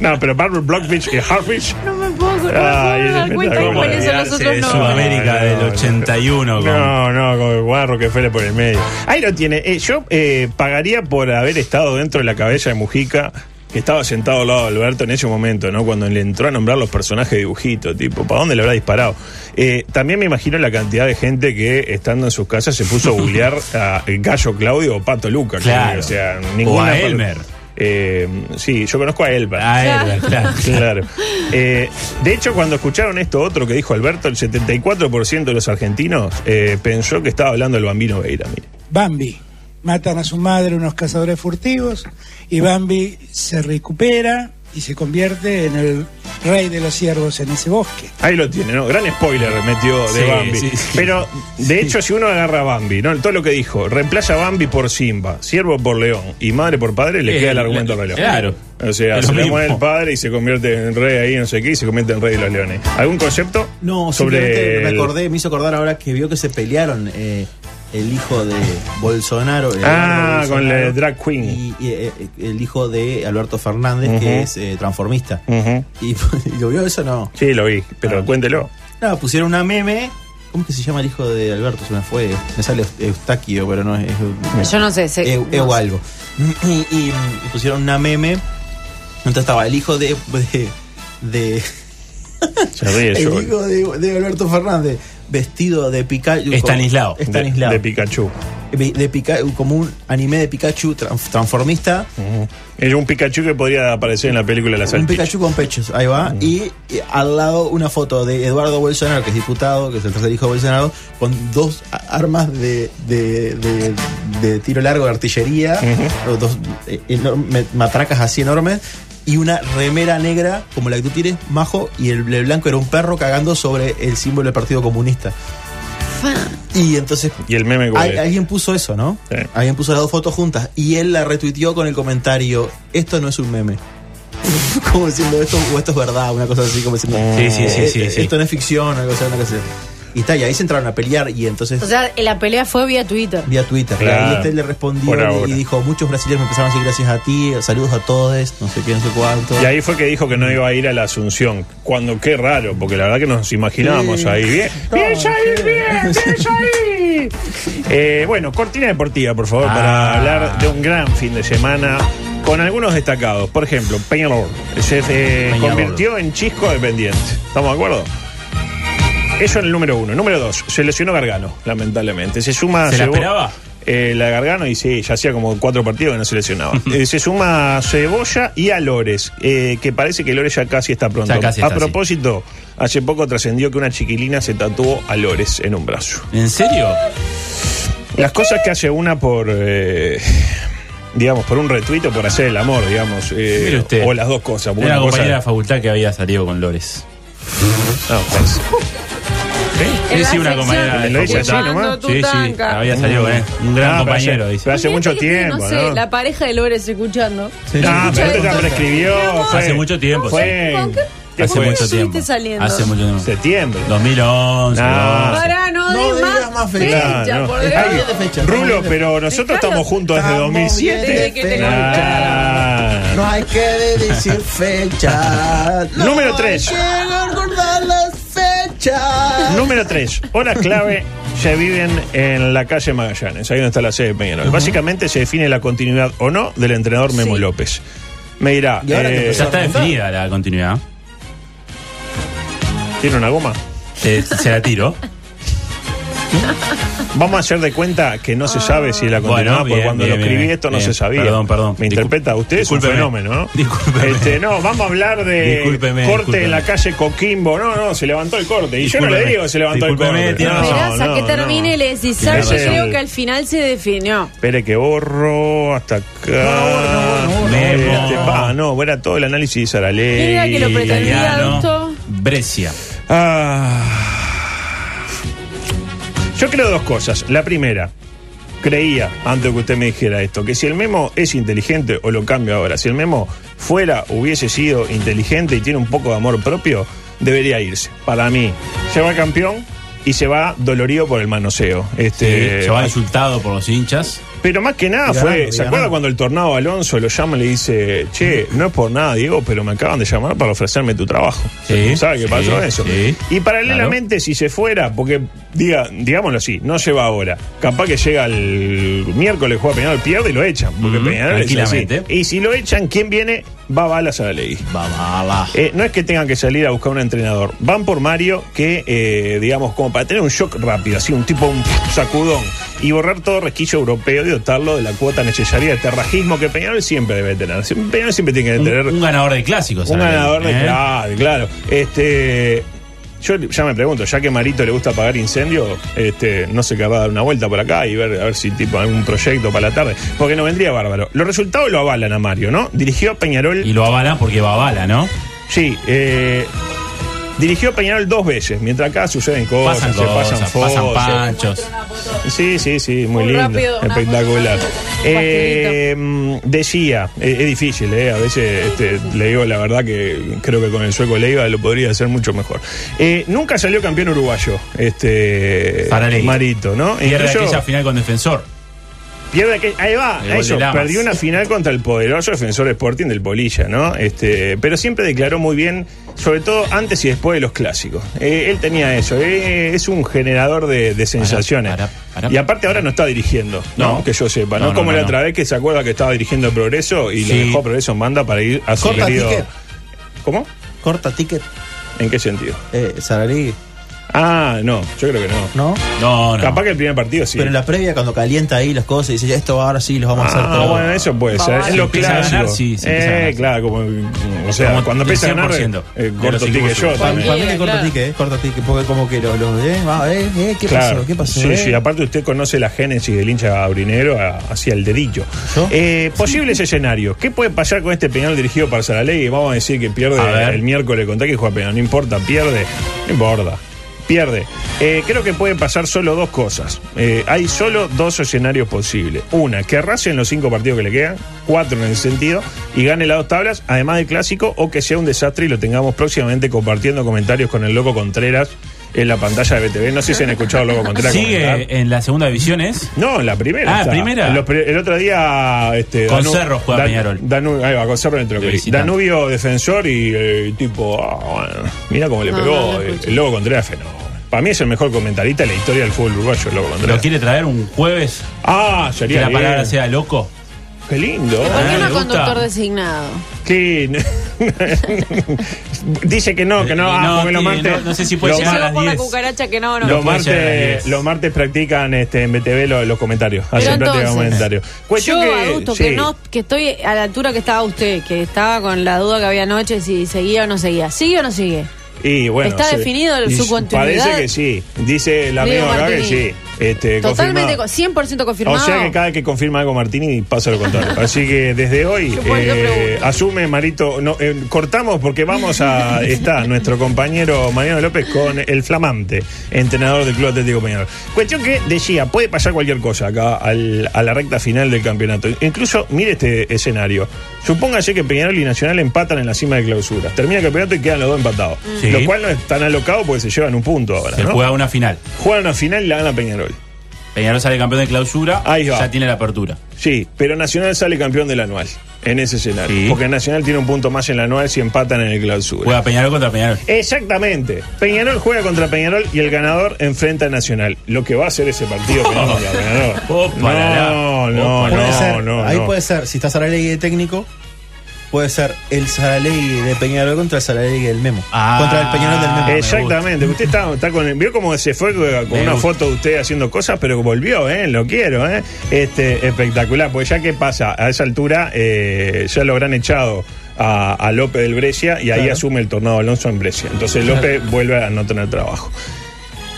Speaker 1: No, pero Barbara Blockbeach y Harfish.
Speaker 4: No me puedo
Speaker 1: Ay,
Speaker 4: acordar, no me puedo dar
Speaker 1: es
Speaker 4: cuenta
Speaker 1: espectacular.
Speaker 4: cuáles son los
Speaker 2: Olvidarse
Speaker 4: otros
Speaker 2: de
Speaker 4: nombres.
Speaker 2: Sudamérica
Speaker 1: Ay, no,
Speaker 2: del
Speaker 1: no.
Speaker 2: 81 con-
Speaker 1: No, no, con el guarro que fue por el medio. Ahí lo tiene. Eh, yo eh, pagaría por haber estado dentro de la cabeza de Mujica. Que estaba sentado al lado de Alberto en ese momento, ¿no? Cuando le entró a nombrar los personajes de dibujito, tipo, ¿para dónde le habrá disparado? Eh, también me imagino la cantidad de gente que estando en sus casas se puso a googlear a el Gallo Claudio o Pato Luca. que,
Speaker 2: Claro.
Speaker 1: o sea,
Speaker 2: O
Speaker 1: ninguna.
Speaker 2: a Elmer.
Speaker 1: Eh, sí, yo conozco a Elmer.
Speaker 2: Ah, era, claro.
Speaker 1: Claro. Eh, de hecho, cuando escucharon esto otro que dijo Alberto, el 74% de los argentinos eh, pensó que estaba hablando el bambino Veira. Mire.
Speaker 8: Bambi. Matan a su madre unos cazadores furtivos y Bambi se recupera y se convierte en el rey de los ciervos en ese bosque.
Speaker 1: Ahí lo tiene, ¿no? Gran spoiler metió de
Speaker 2: Sí,
Speaker 1: Bambi.
Speaker 2: sí, sí.
Speaker 1: Pero, de hecho, si uno agarra a Bambi, ¿no? Todo lo que dijo, reemplaza a Bambi por Simba, siervo por león y madre por padre, le
Speaker 2: Eh,
Speaker 1: queda el argumento
Speaker 2: la-
Speaker 1: al reloj.
Speaker 2: claro.
Speaker 1: O sea,
Speaker 2: Es
Speaker 1: se
Speaker 2: lo
Speaker 1: le
Speaker 2: mismo.
Speaker 1: muere el padre y se convierte en rey ahí, no sé qué, y se convierte en rey de los leones. ¿Algún concepto?
Speaker 3: No,
Speaker 1: sobre.
Speaker 3: simplemente me
Speaker 1: el-
Speaker 3: acordé, me hizo acordar ahora que vio que se pelearon eh, el hijo de Bolsonaro. eh,
Speaker 1: Ah,
Speaker 3: Bolsonaro
Speaker 1: con la drag queen.
Speaker 3: Y, y, eh, el hijo de Alberto Fernández, que es eh, transformista.
Speaker 1: Ujú.
Speaker 3: Y, y lo vio eso, no.
Speaker 1: Sí, lo vi, pero
Speaker 3: Ah.
Speaker 1: cuéntelo.
Speaker 3: No, pusieron una meme. ¿Cómo que se llama el hijo de Alberto? Se me fue. Me sale Eustaquio, pero no es. es-
Speaker 4: Yo no sé, sé-
Speaker 3: Eu-
Speaker 4: no
Speaker 3: Eu
Speaker 4: sé.
Speaker 3: algo. Y, y, mm, pusieron una meme. Entonces estaba el hijo de. de, de-
Speaker 1: Se ríe
Speaker 3: el
Speaker 1: yo.
Speaker 3: hijo de, de Alberto Fernández, vestido de Pikachu.
Speaker 2: Estanislao.
Speaker 3: con-
Speaker 1: De,
Speaker 3: Estanislao.
Speaker 1: de Pikachu.
Speaker 3: De- de Pika- como un anime de Pikachu tran- transformista.
Speaker 1: Era un Pikachu que podría aparecer en la película La
Speaker 3: Un
Speaker 1: Salchicha. Mm.
Speaker 3: Pikachu con pechos, ahí va. Y, y al lado una foto de Eduardo Bolsonaro, que es diputado, que es el tercer hijo de Bolsonaro, con dos a- armas de, de- de- de tiro largo de artillería, o dos eh, enorme- matracas así enormes, y una remera negra, como la que tú tienes, majo, y el, el blanco era un perro cagando sobre el símbolo del Partido Comunista. Y entonces
Speaker 1: Y el meme
Speaker 3: Al-
Speaker 1: cuál es?
Speaker 3: alguien puso eso, ¿no?
Speaker 1: Sí.
Speaker 3: Alguien puso las dos fotos juntas y él la retuiteó con el comentario, esto no es un meme. como diciendo esto, o esto es verdad, una cosa así, como diciendo,
Speaker 2: Sí, sí, sí,
Speaker 3: "Eh,
Speaker 2: sí,
Speaker 3: eh,
Speaker 2: sí.
Speaker 3: esto no es ficción, una cosa, una cosa así. Y está, y ahí se entraron a pelear y entonces
Speaker 4: O sea, la pelea fue vía Twitter.
Speaker 3: vía Twitter.
Speaker 1: Claro.
Speaker 3: Y este le respondió
Speaker 1: Por
Speaker 3: y-
Speaker 1: ahora.
Speaker 3: y, dijo, muchos brasileños me empezaron a decir gracias a ti, saludos a todos, no sé qué, no sé cuánto.
Speaker 1: Y ahí fue que dijo que no iba a ir a la Asunción. Cuando qué raro, porque la verdad que nos imaginábamos ahí bien. Bien, Jair, bien, bien, Jair. Eh, bueno, cortina deportiva, por favor, para
Speaker 2: Ah.
Speaker 1: hablar de un gran fin de semana con algunos destacados. Por ejemplo, Peñarol se eh,
Speaker 2: Peñarol.
Speaker 1: convirtió en chisco dependiente. ¿Estamos de acuerdo? Eso en el número uno. Número dos, se lesionó Gargano, lamentablemente. Se suma.
Speaker 2: ¿Se la
Speaker 1: Cebo-
Speaker 2: esperaba?
Speaker 1: Eh, la Gargano y sí, ya hacía como cuatro partidos que no se lesionaba. Eh, se suma Cebolla y a Lores, eh, que parece que Lores ya casi está pronto.
Speaker 2: Ya casi
Speaker 1: a
Speaker 2: está, sí.
Speaker 1: propósito, hace poco trascendió que una chiquilina se tatuó a Lores en un brazo.
Speaker 2: ¿En serio?
Speaker 1: Las cosas que hace una por. eh, digamos, por un retuito, por hacer el amor, digamos. eh,
Speaker 2: Mire usted.
Speaker 1: o las dos cosas. porque
Speaker 2: Era
Speaker 1: una cosa-
Speaker 2: compañera de la facultad que había salido con Lores.
Speaker 1: No, pues,
Speaker 2: Yo hice una compañera de
Speaker 1: ¿Lo dice así
Speaker 2: facultad.
Speaker 1: nomás?
Speaker 2: Sí, sí, había salido, ¿eh? Un gran
Speaker 1: Ah, pero
Speaker 2: compañero,
Speaker 1: hace-
Speaker 2: dice.
Speaker 1: pero hace mucho tiempo, ¿no?
Speaker 4: no sé, la pareja de Lores escuchando.
Speaker 1: Ah, pero esto ya
Speaker 4: Escucha esto.
Speaker 1: prescribió. fue-
Speaker 2: Hace mucho tiempo,
Speaker 1: Fue
Speaker 4: ¿Con
Speaker 1: en
Speaker 4: qué?
Speaker 2: Hace
Speaker 4: ¿Con qué
Speaker 2: mucho
Speaker 4: estuviste
Speaker 2: tiempo.
Speaker 4: saliendo?
Speaker 2: Hace mucho tiempo.
Speaker 1: septiembre.
Speaker 2: 2011.
Speaker 1: No.
Speaker 4: Pará, no,
Speaker 3: No
Speaker 4: digas
Speaker 3: digas
Speaker 4: más,
Speaker 3: más
Speaker 4: fecha,
Speaker 3: fecha,
Speaker 1: no.
Speaker 4: por
Speaker 1: Ay,
Speaker 4: Dios.
Speaker 3: Está bien de fecha, está bien
Speaker 1: Rulo,
Speaker 3: de
Speaker 1: pero nosotros
Speaker 4: Dejalo.
Speaker 1: estamos juntos desde
Speaker 3: Estamos bien
Speaker 1: 2007.
Speaker 4: Desde que te
Speaker 1: Ah.
Speaker 3: No hay que decir fecha. No
Speaker 1: Número tres.
Speaker 3: Hay que recordar las fechas.
Speaker 1: Número 3. Horas clave se viven en la calle Magallanes, ahí donde está la sede de Peñarol. Básicamente se define la continuidad o no del entrenador Memo López. Me dirá,
Speaker 3: ¿Y ahora qué
Speaker 1: eh,
Speaker 2: Ya está definida la continuidad.
Speaker 1: ¿tiene una goma?
Speaker 2: Te- Eh, se la tiro.
Speaker 1: Vamos a hacer de cuenta que no se sabe si la continuidad,
Speaker 2: Bueno,
Speaker 1: porque
Speaker 2: bien,
Speaker 1: cuando
Speaker 2: bien,
Speaker 1: lo escribí
Speaker 2: bien,
Speaker 1: esto no
Speaker 2: bien.
Speaker 1: se sabía.
Speaker 2: Perdón, perdón.
Speaker 1: Me
Speaker 2: Discul-
Speaker 1: interpeta usted, es un
Speaker 2: discúlpeme.
Speaker 1: fenómeno, ¿no?
Speaker 2: Discúlpeme.
Speaker 1: Este, no, vamos a hablar de
Speaker 2: Discúlpeme,
Speaker 1: corte
Speaker 2: discúlpeme.
Speaker 1: en la calle Coquimbo. No, no, se levantó el corte. Y yo no le
Speaker 2: Discúlpeme.
Speaker 1: digo que se levantó el
Speaker 2: Discúlpeme,
Speaker 1: corte.
Speaker 2: tiene
Speaker 1: No,
Speaker 2: razón.
Speaker 4: Esperás a
Speaker 1: no,
Speaker 4: que
Speaker 1: no.
Speaker 4: termine el
Speaker 1: Tiene
Speaker 4: decisor. Yo
Speaker 1: razón.
Speaker 4: creo que al final se definió.
Speaker 1: Espere que borro hasta acá.
Speaker 2: borro, borro, borro.
Speaker 1: Este,
Speaker 2: Memo.
Speaker 1: pa, no, era todo el análisis de Saraley.
Speaker 4: Mira que lo pretendía
Speaker 2: Italiano,
Speaker 4: adulto.
Speaker 2: Brescia.
Speaker 1: Ah. Yo creo dos cosas. La primera, creía, antes de que usted me dijera esto, que si el memo es inteligente, o lo cambio ahora, si el memo fuera, hubiese sido inteligente y tiene un poco de amor propio, debería irse. Para mí, se va campeón y se va dolorido por el manoseo. Este,
Speaker 2: Sí, Eh, se va insultado por los hinchas.
Speaker 1: pero más que nada
Speaker 3: Y
Speaker 1: fue,
Speaker 3: ganando, y
Speaker 1: ¿se acuerda
Speaker 3: ganando.
Speaker 1: cuando el tornado Alonso lo llama y le dice, che, no es por nada, Diego, pero me acaban de llamar para ofrecerme tu trabajo?
Speaker 2: Sí,
Speaker 1: ¿Sabe qué
Speaker 2: sí,
Speaker 1: pasó eso?
Speaker 2: sí,
Speaker 1: y paralelamente, si se fuera, porque, diga, digámoslo así, no se va ahora, capaz que llega el miércoles, juega Peñarol, pierde y lo echan, porque
Speaker 2: Ujú,
Speaker 1: Peñarol es así.
Speaker 2: tranquilamente.
Speaker 1: Y si lo echan, ¿quién viene? Va balas a la ley.
Speaker 2: Va, va, va.
Speaker 1: Eh, no es que tengan que salir a buscar un entrenador. Van por Mario, que, eh, digamos, como para tener un shock rápido, así, un tipo, un sacudón, y borrar todo resquillo europeo y dotarlo de la cuota necesaria de terrajismo que Peñarol siempre debe tener. Siempre- Peñarol siempre tiene que
Speaker 2: Un,
Speaker 1: tener
Speaker 2: un ganador de clásicos.
Speaker 1: un
Speaker 2: Sarabia,
Speaker 1: ganador de
Speaker 2: ¿eh?
Speaker 1: claro, claro. Este. Yo ya me pregunto, ya que Marito le gusta apagar incendios, este, no se querrá dar una vuelta por acá y ver a ver si tipo algún proyecto para la tarde. Porque no vendría bárbaro. Los resultados lo avalan a Mario, ¿no? Dirigió a Peñarol.
Speaker 2: Y lo avalan porque va a bala, ¿no?
Speaker 1: Sí, eh, dirigió a Peñarol dos veces, mientras acá suceden cosas,
Speaker 2: Pasan
Speaker 1: se pasan
Speaker 2: cosas, pasan
Speaker 1: fotos.
Speaker 2: panchos.
Speaker 1: Sí, sí, sí, muy
Speaker 4: Un
Speaker 1: lindo,
Speaker 4: rápido, una
Speaker 1: espectacular.
Speaker 4: foto, un
Speaker 1: Eh, mm, decía, eh, es difícil, eh, a veces este, le digo la verdad que creo que con el sueco Leiva lo podría hacer mucho mejor. Eh, nunca salió campeón uruguayo, este
Speaker 2: Saraley.
Speaker 1: Marito, ¿no?
Speaker 2: Pierde
Speaker 1: Incluso-
Speaker 2: aquella final con defensor.
Speaker 1: Pierde que ahí va,
Speaker 2: El gol
Speaker 1: eso,
Speaker 2: de Lamas.
Speaker 1: perdió una final contra el poderoso defensor Sporting del Polilla, ¿no? Este, pero siempre declaró muy bien, sobre todo antes y después de los clásicos. Eh, él tenía eso, eh, es un generador de, de sensaciones.
Speaker 2: pará, pará.
Speaker 1: Y aparte ahora no está dirigiendo, ¿no?
Speaker 2: No.
Speaker 1: Que yo sepa, ¿no?
Speaker 2: No, no,
Speaker 1: Como
Speaker 2: no,
Speaker 1: la
Speaker 2: no.
Speaker 1: otra vez que se acuerda que estaba dirigiendo el Progreso y le
Speaker 2: Sí.
Speaker 1: dejó Progreso en banda para ir a su
Speaker 3: Corta
Speaker 1: querido-
Speaker 3: ticket.
Speaker 1: ¿Cómo?
Speaker 3: Corta ticket.
Speaker 1: ¿En qué sentido?
Speaker 3: Eh, Saralí,
Speaker 1: Ah, no, yo creo que no.
Speaker 3: ¿no?
Speaker 2: No, no.
Speaker 1: Capaz que el primer partido sí.
Speaker 3: Pero en la previa, cuando calienta ahí las cosas y dice, esto ahora sí, los vamos a hacer
Speaker 1: Ah,
Speaker 3: todo.
Speaker 1: bueno, eso puede
Speaker 4: Va,
Speaker 1: ser.
Speaker 4: va.
Speaker 1: Es
Speaker 4: Si
Speaker 1: lo
Speaker 2: empieza a
Speaker 1: clásico.
Speaker 2: ganar, sí, si empieza a
Speaker 1: eh,
Speaker 2: ganar.
Speaker 1: claro, como, o sea,
Speaker 2: Como
Speaker 1: cuando empieza a ganar,
Speaker 2: 100%
Speaker 1: eh,
Speaker 2: de los
Speaker 1: corto ticket
Speaker 2: equipos
Speaker 1: yo
Speaker 2: de
Speaker 3: Para,
Speaker 1: también.
Speaker 3: para mí que corta
Speaker 4: Cualquiera,
Speaker 3: ticket, eh, corta ticket, porque como que los, los eh, va, eh, eh, ¿qué
Speaker 1: Claro.
Speaker 3: pasó? ¿Qué pasó?
Speaker 1: Sí,
Speaker 3: eh?
Speaker 1: sí, aparte usted conoce la génesis del hincha abrinero a- hacia el dedillo.
Speaker 3: ¿Yo?
Speaker 1: Eh, posibles escenarios. ¿Qué puede pasar con este penal dirigido para Saralegui? Vamos a decir que pierde
Speaker 2: A ver.
Speaker 1: el miércoles contra que juega penal. No importa, pierde. No importa. Pierde. Eh, creo que pueden pasar solo dos cosas. Eh, hay solo dos escenarios posibles. Una, que arrase en los cinco partidos que le quedan, cuatro en el sentido, y gane las dos tablas, además del clásico, o que sea un desastre y lo tengamos próximamente compartiendo comentarios con el Loco Contreras en la pantalla de BTV. No sé si han escuchado al Loco Contreras. comentar.
Speaker 2: Sigue en la segunda división, ¿es?
Speaker 1: No, en la primera.
Speaker 2: Ah,
Speaker 1: está.
Speaker 2: primera.
Speaker 1: En los pri- el otro día. Este,
Speaker 2: Con
Speaker 1: Danu-
Speaker 2: Cerro juega Peñarol.
Speaker 1: Danu- ahí va, con Cerro en el
Speaker 2: De
Speaker 1: Trócoli.
Speaker 2: visitante.
Speaker 1: Danubio defensor y eh, tipo. ah, bueno, mira cómo le
Speaker 4: No,
Speaker 1: pegó.
Speaker 4: no lo
Speaker 1: el,
Speaker 4: escuché.
Speaker 1: Lobo Contreras, fenómeno. Para mí es el mejor comentarista de la historia del fútbol uruguayo, el Lobo
Speaker 2: ¿Lo
Speaker 1: Contreras.
Speaker 2: quiere traer un jueves?
Speaker 1: Ah,
Speaker 2: Que
Speaker 1: sería.
Speaker 2: la
Speaker 1: bien.
Speaker 2: palabra sea loco.
Speaker 1: Qué lindo. ¿eh?
Speaker 4: ¿Por qué
Speaker 2: Ah,
Speaker 4: no
Speaker 2: le gusta.
Speaker 4: conductor designado?
Speaker 1: Qué- Dice que no, que no.
Speaker 2: Eh,
Speaker 1: ah,
Speaker 2: no,
Speaker 1: porque los
Speaker 2: tiene-
Speaker 1: martes.
Speaker 2: no- no sé si puede
Speaker 1: los
Speaker 2: llegar
Speaker 1: mar-
Speaker 2: a las
Speaker 4: Llegó por la
Speaker 2: 10.
Speaker 4: cucaracha que no, no.
Speaker 1: Los
Speaker 2: puede llegar a las
Speaker 1: martes,
Speaker 2: 10.
Speaker 1: los martes practican este, en BTV lo- los comentarios. Hacen práctica
Speaker 4: entonces,
Speaker 1: comentario.
Speaker 4: Yo,
Speaker 1: Cuestión
Speaker 4: adulto, que
Speaker 1: sí.
Speaker 4: no, que estoy a la altura que estaba usted, que estaba con la duda que había anoche si seguía o no seguía. ¿Sigue o no sigue?
Speaker 1: Y bueno,
Speaker 4: Está definido el-
Speaker 1: y
Speaker 4: su continuidad.
Speaker 1: Parece que sí. Dice el
Speaker 4: Diego
Speaker 1: amigo acá que
Speaker 4: Martini.
Speaker 1: sí. Este, confirmado.
Speaker 4: Totalmente, co- 100% confirmado.
Speaker 1: O sea que cada vez que confirma algo Martini pasa lo contrario. Así que desde hoy
Speaker 4: Qué buena
Speaker 1: eh,
Speaker 4: pregunta.
Speaker 1: asume Marito, no, eh, cortamos porque vamos a está nuestro compañero Mariano López con el flamante entrenador del Club Atlético Peñarol. Cuestión que decía, puede pasar cualquier cosa acá al- a la recta final del campeonato. Incluso mire este escenario. Supóngase que Peñarol y Nacional empatan en la cima de clausura. Termina el campeonato y quedan los dos empatados.
Speaker 2: Sí.
Speaker 1: Lo cual no es tan alocado porque se llevan un punto ahora,
Speaker 2: Se
Speaker 1: ¿no?
Speaker 2: juega una final.
Speaker 1: Juegan una final y la gana Peñarol.
Speaker 2: Peñarol sale campeón de clausura.
Speaker 1: Ahí va.
Speaker 2: Ya tiene la apertura.
Speaker 1: Sí, pero Nacional sale campeón del anual en ese escenario.
Speaker 2: Sí.
Speaker 1: Porque Nacional tiene un punto más en el anual si empatan en el clausura.
Speaker 2: Juega Peñarol contra Peñarol.
Speaker 1: Exactamente. Peñarol juega contra Peñarol y el ganador enfrenta a Nacional. Lo que va a hacer ese partido Peñarol contra Peñarol.
Speaker 2: Opa, la, la.
Speaker 1: No, no,
Speaker 2: Opa,
Speaker 3: Puede
Speaker 1: no,
Speaker 3: ser-
Speaker 1: no,
Speaker 3: ahí
Speaker 1: no.
Speaker 3: puede ser, si está Saralegui de técnico, puede ser el Saralegui de Peñarol contra el Saralegui del Memo.
Speaker 2: Ah.
Speaker 3: contra el Peñarol del Memo.
Speaker 1: eh,
Speaker 2: me
Speaker 1: Exactamente, usted está, está con el- vio cómo se fue con
Speaker 2: Me
Speaker 1: una
Speaker 2: gusta.
Speaker 1: foto de usted haciendo cosas, pero volvió, eh, lo quiero, eh. Este espectacular, pues ya que pasa, a esa altura eh, ya lo habrán echado a, a López del Brescia y ahí
Speaker 3: Claro.
Speaker 1: asume el tornado Alonso en Brescia. Entonces López vuelve a no tener trabajo.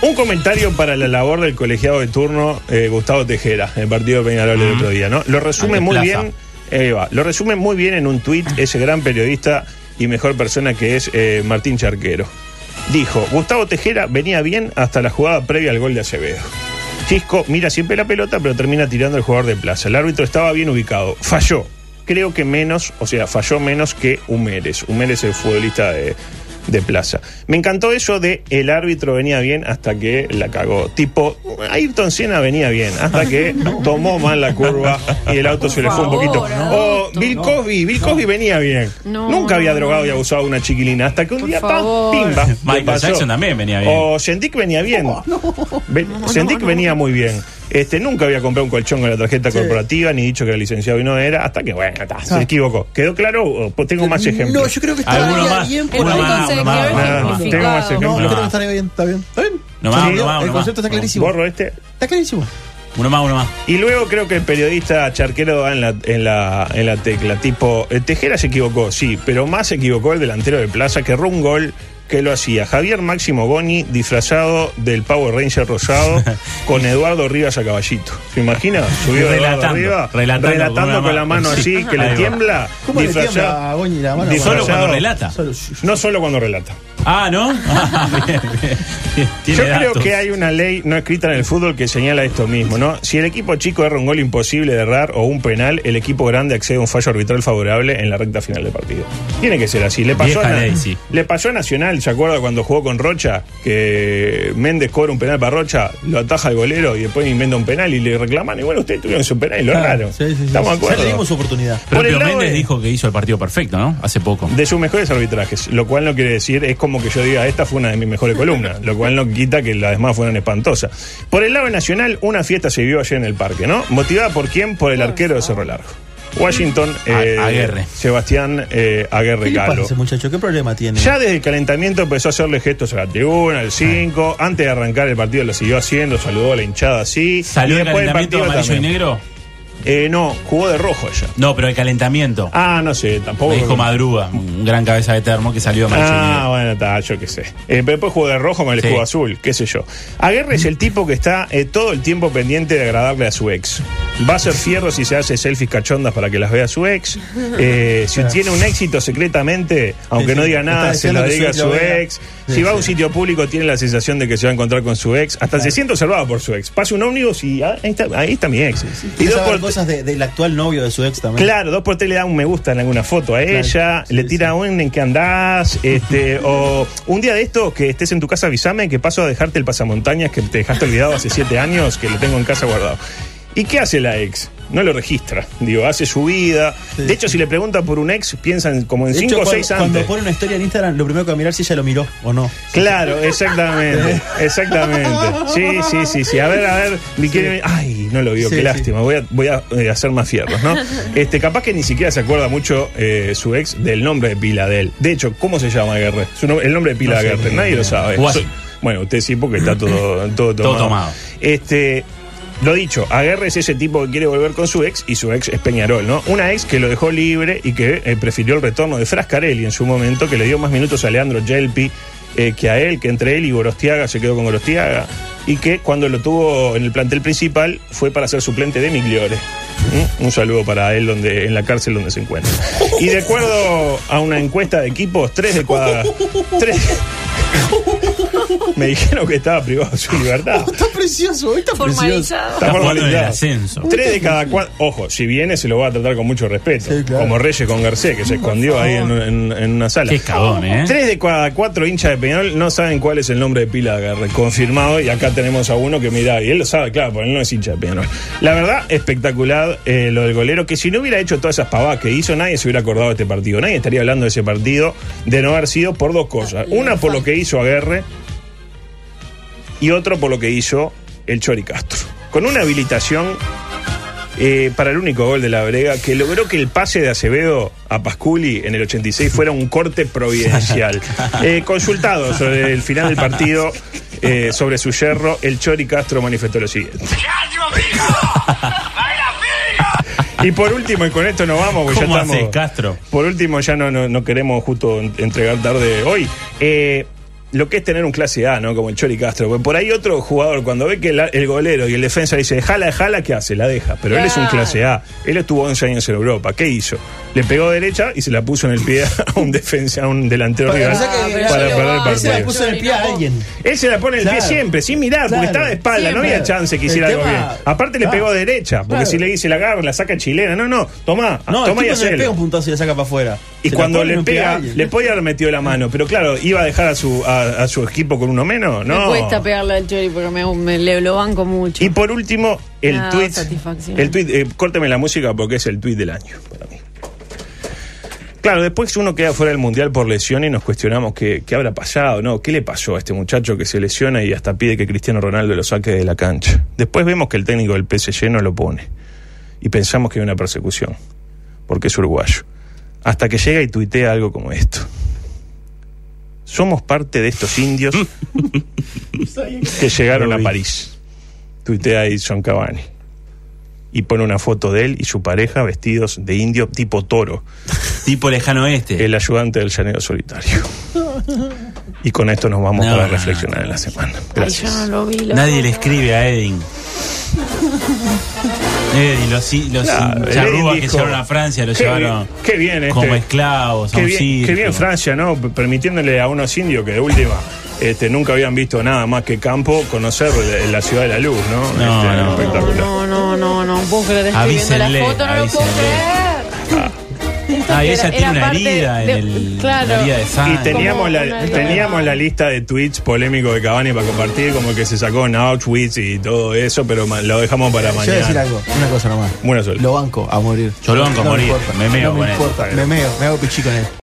Speaker 1: Un comentario para la labor del colegiado de turno eh, Gustavo Tejera, el partido de Peñarol del otro día, ¿no? Lo resume
Speaker 2: Ante
Speaker 1: muy
Speaker 2: Plaza.
Speaker 1: bien, ahí va, lo resume muy bien en un tuit ese gran periodista y mejor persona que es eh, Martín Charquero. Dijo, Gustavo Tejera venía bien hasta la jugada previa al gol de Acevedo. Chisco mira siempre la pelota, pero termina tirando el jugador de plaza. El árbitro estaba bien ubicado. Falló. Creo que menos, o sea, falló menos que Humérez. Humérez el futbolista de, de plaza. Me encantó eso de el árbitro venía bien hasta que la cagó. Tipo, Ayrton Senna venía bien hasta que tomó mal la curva y el auto se le fue un
Speaker 4: Por
Speaker 1: poquito.
Speaker 4: favor,
Speaker 1: O
Speaker 4: Ayrton.
Speaker 1: Bill Cosby, Bill Cosby venía bien.
Speaker 4: No,
Speaker 1: Nunca había
Speaker 4: no,
Speaker 1: drogado
Speaker 4: no.
Speaker 1: y abusado de una chiquilina hasta que un
Speaker 4: Por
Speaker 1: día, pa,
Speaker 4: favor.
Speaker 1: pimba. le
Speaker 2: Michael
Speaker 1: pasó.
Speaker 2: Jackson también venía bien.
Speaker 1: O Sendik venía bien. Ve-
Speaker 4: No,
Speaker 1: Sendik
Speaker 4: no, no.
Speaker 1: venía muy bien. Este, nunca había comprado un colchón con la tarjeta corporativa, ni dicho que era licenciado y no era, hasta que, bueno, ta, se equivocó. ¿Quedó claro? O- o Tengo más Ah, ejemplos.
Speaker 3: Ah.
Speaker 1: Ah,
Speaker 3: No, yo creo que está
Speaker 2: Alguno
Speaker 3: bien,
Speaker 2: más.
Speaker 3: bien por
Speaker 2: Uno
Speaker 4: El
Speaker 3: ahí.
Speaker 4: punto
Speaker 2: más,
Speaker 4: se
Speaker 2: uno
Speaker 4: quedó
Speaker 2: más,
Speaker 3: uno
Speaker 2: más.
Speaker 1: Tengo
Speaker 4: ejemplificado.
Speaker 1: más
Speaker 3: No,
Speaker 1: ejemplos.
Speaker 3: yo
Speaker 2: Uno
Speaker 3: creo que
Speaker 2: más.
Speaker 3: está bien, está bien. ¿Está bien?
Speaker 2: No más, no más,
Speaker 3: Sí, el
Speaker 2: no más.
Speaker 3: concepto está clarísimo.
Speaker 1: Borro este.
Speaker 3: Está clarísimo.
Speaker 2: Uno más, uno más.
Speaker 1: Y luego creo que el periodista Charquero da en la, en la, en la tecla. Tipo, eh, Tejera se equivocó, sí, pero más se equivocó el delantero de Plaza que erró un gol que lo hacía Javier Máximo Goni disfrazado del Power Ranger rosado con Eduardo Rivas a caballito. ¿Se imagina? Subió Eduardo
Speaker 2: Relatando,
Speaker 1: Rivas
Speaker 2: relatando con
Speaker 1: relatando
Speaker 2: una
Speaker 1: con la
Speaker 2: mano.
Speaker 1: mano así,
Speaker 2: Sí.
Speaker 1: que
Speaker 2: Ahí
Speaker 1: le
Speaker 2: va.
Speaker 1: tiembla.
Speaker 3: ¿Cómo le
Speaker 1: disfrazado-
Speaker 3: tiembla a Goñi la mano?
Speaker 1: Di-
Speaker 2: Solo
Speaker 1: Disfrazado.
Speaker 2: cuando relata.
Speaker 3: Solo-
Speaker 1: No solo cuando relata.
Speaker 2: Ah, ¿no? Ah, bien, bien, bien. Tiene
Speaker 1: Yo creo
Speaker 2: datos.
Speaker 1: que hay una ley no escrita en el fútbol que señala esto mismo, ¿no? Si el equipo chico erra un gol imposible de errar o un penal, el equipo grande accede a un fallo arbitral favorable en la recta final del partido. Tiene que ser así. Le pasó,
Speaker 2: Vieja
Speaker 1: a, Na-
Speaker 2: ley, sí.
Speaker 1: le pasó a Nacional, ¿se acuerda cuando jugó con Rocha? Que Méndez cobra un penal para Rocha, lo ataja el golero y después inventa un penal y le reclaman. Y bueno, ustedes tuvieron su penal y lo erraron.
Speaker 3: Sí, sí, sí.
Speaker 1: ¿Estamos de
Speaker 3: Ya
Speaker 1: acuerdo?
Speaker 3: le dimos su oportunidad.
Speaker 1: Por el
Speaker 2: Propio
Speaker 1: lado
Speaker 2: Méndez
Speaker 1: de-
Speaker 2: dijo que hizo el partido perfecto, ¿no? Hace poco.
Speaker 1: de sus mejores arbitrajes, lo cual no quiere decir, es como que yo diga, esta fue una de mis mejores columnas, lo cual no quita que las demás fueran espantosas. Por el lado nacional, una fiesta se vivió ayer en el parque, ¿no? ¿Motivada por quién? Por el arquero de Cerro Largo. Washington
Speaker 2: A-
Speaker 1: eh,
Speaker 2: Aguerre.
Speaker 1: Sebastián eh,
Speaker 3: ¿Qué
Speaker 1: Aguerre
Speaker 3: le pasa a
Speaker 1: Calo.
Speaker 3: ese muchacho? ¿Qué problema tiene?
Speaker 1: Ya desde el calentamiento empezó a hacerle gestos a la tribuna, al 5.
Speaker 2: Ah.
Speaker 1: Antes de arrancar el partido lo siguió haciendo, saludó a la hinchada así.
Speaker 2: ¿Salió
Speaker 1: Y
Speaker 2: el
Speaker 1: después del
Speaker 2: calentamiento
Speaker 1: partido
Speaker 2: amarillo y
Speaker 1: también.
Speaker 2: negro?
Speaker 1: Eh, no, jugó de rojo ella.
Speaker 2: No, pero el calentamiento.
Speaker 1: Ah, no sé, tampoco.
Speaker 2: Me dijo Madruga, un gran cabeza de termo que salió amarillo y
Speaker 1: Ah,
Speaker 2: negro.
Speaker 1: bueno, está, yo qué sé. Eh, pero después juego de rojo con el
Speaker 2: Sí.
Speaker 1: escudo azul, qué sé yo. Aguerre es el tipo que está eh, todo el tiempo pendiente de agradarle a su ex. Va a ser fierro si se hace selfies cachondas para que las vea su ex. Eh, si tiene un éxito secretamente, aunque
Speaker 3: Sí,
Speaker 1: no
Speaker 3: sí.
Speaker 1: diga nada,
Speaker 3: Está
Speaker 1: se lo
Speaker 3: diciendo
Speaker 1: diga
Speaker 3: que
Speaker 1: a
Speaker 3: su ex
Speaker 1: su
Speaker 3: lo vea.
Speaker 1: ex.
Speaker 3: Sí,
Speaker 1: si va a
Speaker 3: sí.
Speaker 1: un sitio público, tiene la sensación de que se va a encontrar con su ex. Hasta se siente observado por su ex. Pasa un ómnibus y ah, ahí está, ahí está mi ex. Y
Speaker 3: Quiere
Speaker 1: dos
Speaker 3: saber
Speaker 1: por- Ah,
Speaker 3: cosas de- del actual novio de su ex también.
Speaker 1: Claro, dos por tres le da un me gusta en alguna foto a ella,
Speaker 3: sí,
Speaker 1: le tira un en que andás, este, o un día de esto que estés en tu casa avísame que paso a dejarte el pasamontañas que te dejaste olvidado hace siete años, que lo tengo en casa guardado. ¿Y qué hace la ex? No lo registra, digo, hace su vida. de hecho, si le preguntan por un ex, piensan como en
Speaker 3: De hecho,
Speaker 1: cinco o
Speaker 3: cuando-
Speaker 1: seis
Speaker 3: Cuando
Speaker 1: antes.
Speaker 3: pone una historia en Instagram, lo primero que va a mirar es si ella lo miró o no.
Speaker 1: Claro, exactamente, exactamente. Sí, sí, sí, sí. A ver, a ver, mi querido- Ay, no lo vio,
Speaker 3: Sí,
Speaker 1: qué
Speaker 3: sí.
Speaker 1: lástima. Voy a, voy a eh, hacer más fierros, ¿no? Este, capaz que ni siquiera se acuerda mucho eh, su ex del nombre de pila de él. De hecho, ¿cómo se llama Aguerre? Su nom- el nombre de pila de Aguerre, nadie lo sabe.
Speaker 2: Guasi.
Speaker 1: So- Bueno, usted sí, porque está todo, todo tomado.
Speaker 2: tomado.
Speaker 1: Este. Lo dicho, Aguerre es ese tipo que quiere volver con su ex y su ex es Peñarol, ¿no? Una ex que lo dejó libre y que eh, prefirió el retorno de Frascarelli en su momento, que le dio más minutos a Leandro Gelpi eh, que a él, que entre él y Gorostiaga se quedó con Gorostiaga. Y que cuando lo tuvo en el plantel principal fue para ser suplente de Migliore. ¿Mm? Un saludo para él donde, en la cárcel donde se encuentra. Y de acuerdo a una encuesta de equipos, tres de cuadra, tres, me dijeron que estaba privado de su libertad.
Speaker 3: Está precioso, hoy está precioso.
Speaker 4: Formalizado.
Speaker 1: Está formalizado.
Speaker 2: jugando en el ascenso.
Speaker 1: Tres de cada cuatro. Ojo, si viene se lo va a tratar con mucho respeto.
Speaker 3: Sí, claro.
Speaker 1: Como Reyes con Garcés, que se escondió ahí en, en- en una sala.
Speaker 2: Qué cagón, ¿eh?
Speaker 1: Tres de cada cuatro hinchas de Peñarol no saben cuál es el nombre de Pila Agarre. Confirmado, y acá tenemos a uno que mira, y él lo sabe, claro, porque él no es hincha de Peñarol. La verdad, espectacular eh, lo del golero, que si no hubiera hecho todas esas pavadas que hizo, nadie se hubiera acordado de este partido. Nadie estaría hablando de ese partido de no haber sido por dos cosas. Una, por lo que hizo Aguerre, y otro por lo que hizo el Chori Castro. Con una habilitación eh, para el único gol de la brega, que logró que el pase de Acevedo a Pasculi en el 86 fuera un corte providencial. Eh, consultado sobre el final del partido, eh, sobre su yerro, el Chori Castro manifestó lo siguiente. Y por último, y con esto nos vamos, porque ya
Speaker 2: ¿Cómo haces,
Speaker 1: estamos.
Speaker 2: Castro?
Speaker 1: Por último, ya no, no, no queremos justo en- entregar tarde hoy. Eh, lo que es tener un clase A, ¿no? Como el Chori Castro. Porque Por ahí otro jugador, cuando ve que el, el golero y el defensa dice, jala, jala, ¿qué hace? La deja. Pero él es un
Speaker 4: Claro.
Speaker 1: clase A. Él estuvo 11 años en Europa. ¿Qué hizo? Le pegó derecha y se la puso en el pie a un defensa, a un delantero
Speaker 3: Para-
Speaker 1: rival.
Speaker 3: o sea que-
Speaker 1: Para perder el
Speaker 3: Él se la
Speaker 1: partido.
Speaker 3: puso en el pie a alguien.
Speaker 1: Él se la pone en el
Speaker 3: Claro.
Speaker 1: pie siempre, sin mirar,
Speaker 3: Claro.
Speaker 1: porque estaba de espalda, no
Speaker 3: Siempre.
Speaker 1: había chance que
Speaker 3: El
Speaker 1: hiciera algo
Speaker 3: tema-
Speaker 1: bien. Aparte le
Speaker 3: Claro.
Speaker 1: pegó derecha, porque
Speaker 3: Claro.
Speaker 1: si le dice la agarra, la saca chilena. No, no, tomá,
Speaker 3: No,
Speaker 1: tomá y
Speaker 3: el tipo se le
Speaker 1: hacelo.
Speaker 3: pega un puntazo y la saca para afuera.
Speaker 1: Y
Speaker 3: Se la
Speaker 1: cuando
Speaker 3: pone en
Speaker 1: le
Speaker 3: un pie a
Speaker 1: pega,
Speaker 3: alguien.
Speaker 1: le podía haber metido la mano, pero claro, iba a dejar a su, a, a su equipo con uno menos,
Speaker 4: Me
Speaker 1: ¿no?
Speaker 4: cuesta pegarle al Chori porque me, me- le lo banco mucho.
Speaker 1: Y por último, el
Speaker 4: Ah,
Speaker 1: tweet.
Speaker 4: satisfacción.
Speaker 1: El tweet, eh, córteme la música porque es el tweet del año para mí. Claro, después uno queda fuera del mundial por lesión y nos cuestionamos qué, qué habrá pasado, ¿no? ¿Qué le pasó a este muchacho que se lesiona y hasta pide que Cristiano Ronaldo lo saque de la cancha? Después vemos que el técnico del PSG no lo pone y pensamos que hay una persecución porque es uruguayo. Hasta que llega y tuitea algo como esto. Somos parte de estos indios que llegaron a París. Tuitea Edison Cavani. Y pone una foto de él y su pareja vestidos de indio tipo toro,
Speaker 2: Tipo lejano este.
Speaker 1: el ayudante del llanero solitario. Y con esto nos vamos
Speaker 2: No,
Speaker 1: para
Speaker 2: no, no,
Speaker 1: reflexionar en la semana.
Speaker 4: Ay, yo no
Speaker 1: Gracias.
Speaker 4: lo vi. lo-
Speaker 2: Nadie le escribe a Edin. Edin, los, i- los
Speaker 1: Claro,
Speaker 2: charrúas
Speaker 1: Edin
Speaker 2: que
Speaker 1: dijo,
Speaker 2: llevaron a Francia, los
Speaker 1: "Qué
Speaker 2: llevaron
Speaker 1: bien- qué bien este-
Speaker 2: como esclavos a
Speaker 1: Qué
Speaker 2: un
Speaker 1: bien, qué bien
Speaker 2: circo".
Speaker 1: Francia, ¿no? P- Permitiéndole a unos indios que de última este, nunca habían visto nada más que campo, conocer la, la ciudad de la luz, ¿no?
Speaker 2: No,
Speaker 1: Este,
Speaker 2: no.
Speaker 1: espectacular.
Speaker 4: No, no, no, no, no puedo creer. Estoy
Speaker 2: Avísenle,
Speaker 4: viendo la foto, no lo puedo
Speaker 2: avísenle.
Speaker 4: creer.
Speaker 2: Ah, y ella
Speaker 4: Era-
Speaker 2: tiene
Speaker 4: era
Speaker 2: una
Speaker 4: parte
Speaker 2: herida en
Speaker 4: de-
Speaker 2: el.
Speaker 4: claro.
Speaker 2: una herida de
Speaker 1: Y
Speaker 2: sangre.
Speaker 1: teníamos la,
Speaker 4: una-
Speaker 1: teníamos la lista de tweets polémicos de Cavani para compartir, como que se sacó en Auschwitz y todo eso, pero ma- lo dejamos para
Speaker 3: Yo voy a decir
Speaker 1: mañana.
Speaker 3: algo, una cosa nomás.
Speaker 1: Buena suerte.
Speaker 3: Lo banco a morir.
Speaker 2: Yo lo banco a
Speaker 3: me
Speaker 2: morir,
Speaker 3: importa,
Speaker 2: me meo
Speaker 3: no
Speaker 2: con él.
Speaker 3: importa, Me meo, me hago pichí con él.